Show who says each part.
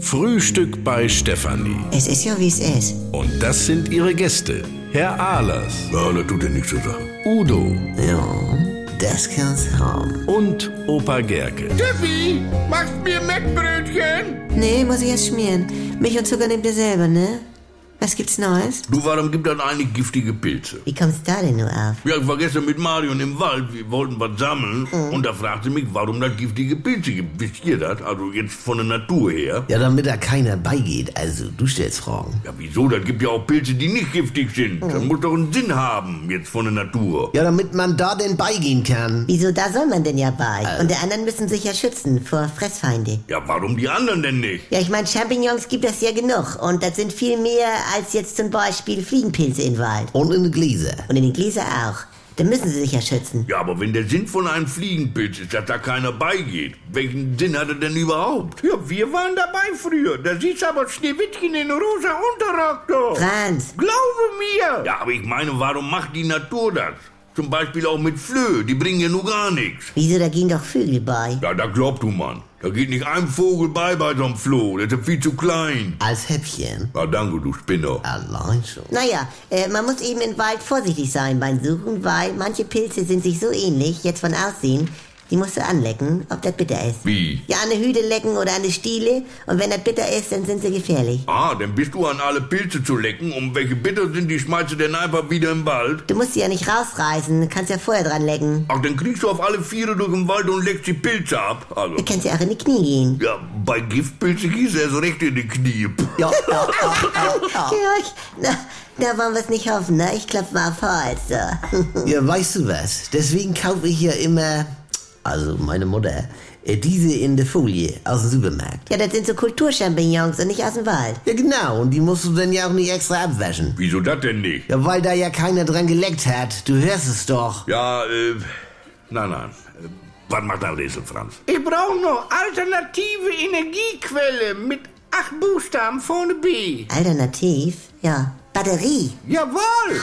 Speaker 1: Frühstück bei Stefanie.
Speaker 2: Es ist ja, wie es ist.
Speaker 1: Und das sind ihre Gäste. Herr Ahlers,
Speaker 3: Ja, das tut dir nichts zu sagen.
Speaker 1: Udo
Speaker 2: Ja, das kann's haben.
Speaker 1: und Opa Gerke.
Speaker 4: Tiffy, machst mir Mettbrötchen?
Speaker 2: Nee, muss ich jetzt schmieren. Milch und Zucker nehmt ihr selber, ne? Was gibt's Neues?
Speaker 3: Du, warum gibt das eigentlich giftige Pilze?
Speaker 2: Wie kommst du da denn nur auf?
Speaker 3: Ja, ich war gestern mit Marion im Wald, wir wollten was sammeln
Speaker 4: Mhm.
Speaker 3: und da fragte mich, warum das giftige Pilze gibt. Wisst ihr das? Also jetzt von der Natur her.
Speaker 5: Ja, damit da keiner beigeht. Also, du stellst Fragen.
Speaker 3: Ja, wieso? Das gibt ja auch Pilze, die nicht giftig sind. Das
Speaker 4: Mhm.
Speaker 3: muss doch einen Sinn haben, jetzt von der Natur.
Speaker 5: Ja, damit man da denn beigehen kann.
Speaker 2: Wieso, da soll man denn ja bei? Und die anderen müssen sich ja schützen vor Fressfeinde.
Speaker 3: Ja, warum die anderen denn nicht?
Speaker 2: Ja, ich meine, Champignons gibt es ja genug. Und das sind viel mehr als jetzt zum Beispiel Fliegenpilze im Wald.
Speaker 5: Und in die Gläser.
Speaker 2: Und in den Gläser auch. Da müssen sie sich ja schützen.
Speaker 3: Ja, aber wenn der Sinn von einem Fliegenpilz ist, dass da keiner beigeht, welchen Sinn hat er denn überhaupt?
Speaker 4: Ja, wir waren dabei früher. Da sieht's aber Schneewittchen in rosa Unterrock doch.
Speaker 2: Franz,
Speaker 4: Glaube mir.
Speaker 3: Ja, aber ich meine, warum macht die Natur das? Zum Beispiel auch mit Flöhe, die bringen ja nur gar nichts.
Speaker 2: wieso, da gehen doch Vögel bei?
Speaker 3: Ja, da glaubt du, Mann. Da geht nicht ein Vogel bei bei so einem Floh. Der ist ja viel zu klein.
Speaker 5: Als Häppchen.
Speaker 3: Na danke, du Spinner.
Speaker 5: Allein schon.
Speaker 2: Naja, äh, man muss eben im Wald vorsichtig sein beim Suchen, weil manche Pilze sind sich so ähnlich, jetzt von Aussehen, die musst du anlecken, ob das bitter ist.
Speaker 3: Wie?
Speaker 2: Ja, an der Hüte lecken oder an der Stiele und wenn das bitter ist, dann sind sie gefährlich.
Speaker 3: Ah, dann bist du an alle Pilze zu lecken. Um welche bitter sind, die schmeißt du denn einfach wieder im Wald.
Speaker 2: Du musst sie ja nicht rausreißen, kannst ja vorher dran lecken.
Speaker 3: Ach, dann kriegst du auf alle Viere durch den Wald und leckst die Pilze ab. Also,
Speaker 2: Du kannst ja auch in die Knie gehen.
Speaker 3: ja, bei Giftpilze gehst du erst recht in die Knie.
Speaker 5: Ja, ja, ja, ja,
Speaker 2: Georg, na, da wollen wir es nicht hoffen, ne? Ich klopf mal auf Holz, so.
Speaker 5: ja. Ja, weißt du was? Deswegen kaufe ich ja immer, also meine Mutter, äh, diese in der Folie aus dem Supermarkt.
Speaker 2: ja, das sind so Kulturchampignons und nicht aus dem Wald.
Speaker 5: Ja, genau. Und die musst du dann ja auch nicht extra abwaschen.
Speaker 3: Wieso das denn nicht?
Speaker 5: Ja, weil da ja keiner dran geleckt hat. Du hörst es doch.
Speaker 3: Ja, äh, nein, nein. Äh, Was macht dein Rätsel, Franz?
Speaker 4: Ich brauche noch alternative Energiequelle mit acht Buchstaben vorne B.
Speaker 2: Alternativ, ja, Batterie.
Speaker 4: Jawohl.